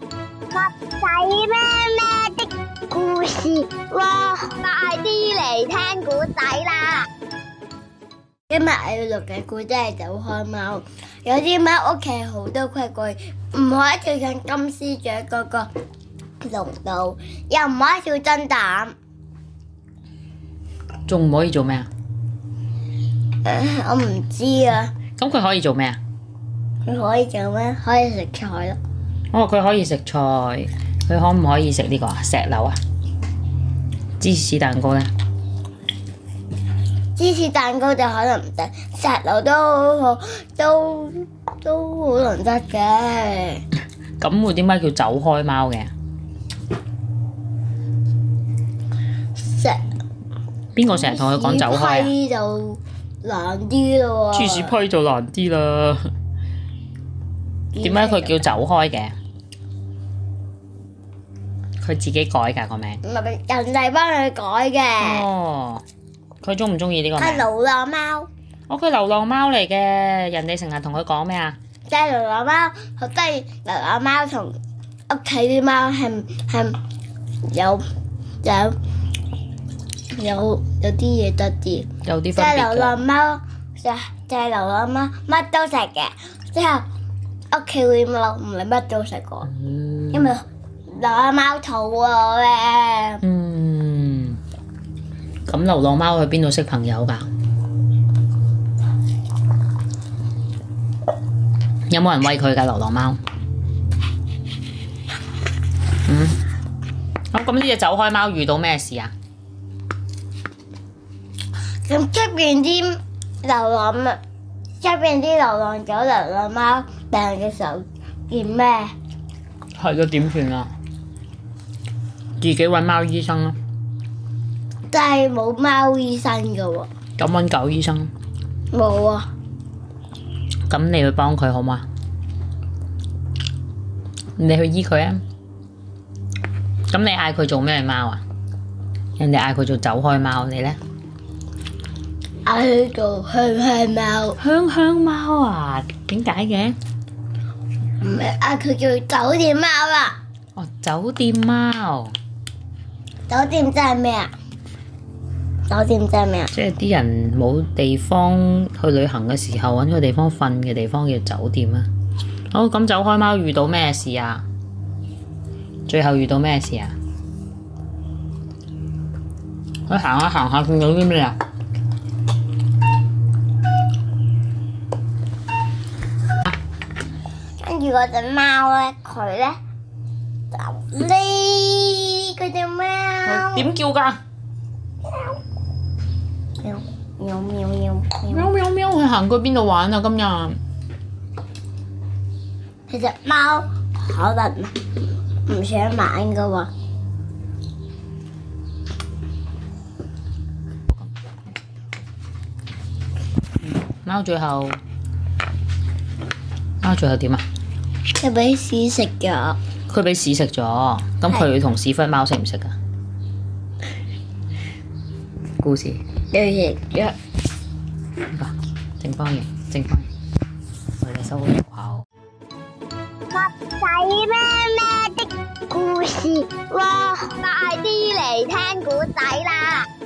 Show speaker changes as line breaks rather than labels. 仔咩咩的故事喎，快啲嚟聽古仔啦！
今日我要錄嘅故仔係走開貓，有啲貓屋企好多規矩，唔可以跳上金絲雀嗰個籠度，又唔可以跳真膽。
仲唔可以做咩啊？
唉我唔知啊，
咁佢可以做咩啊？
佢可以做咩？可以食菜咯，
哦，佢可以食菜，佢可唔可以食呢個啊？石榴啊？芝士蛋糕咧？
芝士蛋糕就可能唔得，石榴都好都都可能得嘅。
咁會點解叫走開貓嘅？
石
邊個成日同佢講走開啊？
批就難啲咯喎。
芝士批就難啲啦。點解佢叫走開嘅？佢自己改㗎個名。
唔係人哋幫佢改嘅，
哦，佢中唔中意呢個
係
名？
流浪貓。
哦，佢流浪貓嚟嘅，人哋成日同佢講咩啊？
即係流浪貓，佢跟住流浪貓同屋企啲貓係係有有有有啲嘢得啲。
有啲
即
分
係
別
流
㗎
浪。貓就就係流浪貓，乜都食嘅。之後屋企啲貓唔係乜都食過，
嗯
因為流浪貓肚餓咧，
嗯，咁流浪貓去邊度識朋友㗎？有冇人喂佢㗎流浪貓？嗯，好，咁呢只走開貓遇到咩事啊？
咁出邊啲流浪出邊啲流浪狗、流浪貓病嘅時候見咩？
係咗點算啊？自己揾貓醫生咯，
真係冇貓醫生噶喎，
咁揾狗醫生，
冇啊！
咁你去幫佢好唔好啊？你去醫佢啊？咁你嗌佢做咩貓啊？人哋嗌佢做走開貓，你呢？
嗌佢做香香貓，
香香貓啊？點解嘅？
唔係嗌佢做酒店貓啊！
哦，酒店貓，
酒店真係咩啊？酒店真係咩啊？
即係啲人冇地方去旅行嘅時候，揾個地方瞓嘅地方叫酒店啊。好，咁走開貓遇到咩事啊？最後遇到咩事啊？佢行下行下見到啲咩啊？
跟住嗰只貓咧，佢咧就匿嗰只貓，
點叫㗎？
喵喵喵喵喵。
喵喵喵！佢行過邊度玩啊？今日？
其實貓可能唔想玩噶喎，
貓最後，貓最後點啊？
佢俾屎食咗。
佢俾屎食咗，咁佢同屎忽貓識唔識啊？故事，
你食咗
嗱，正方形，正方形，我哋手好巧。
襪仔咩咩的故事喎，快啲嚟聽古仔啦！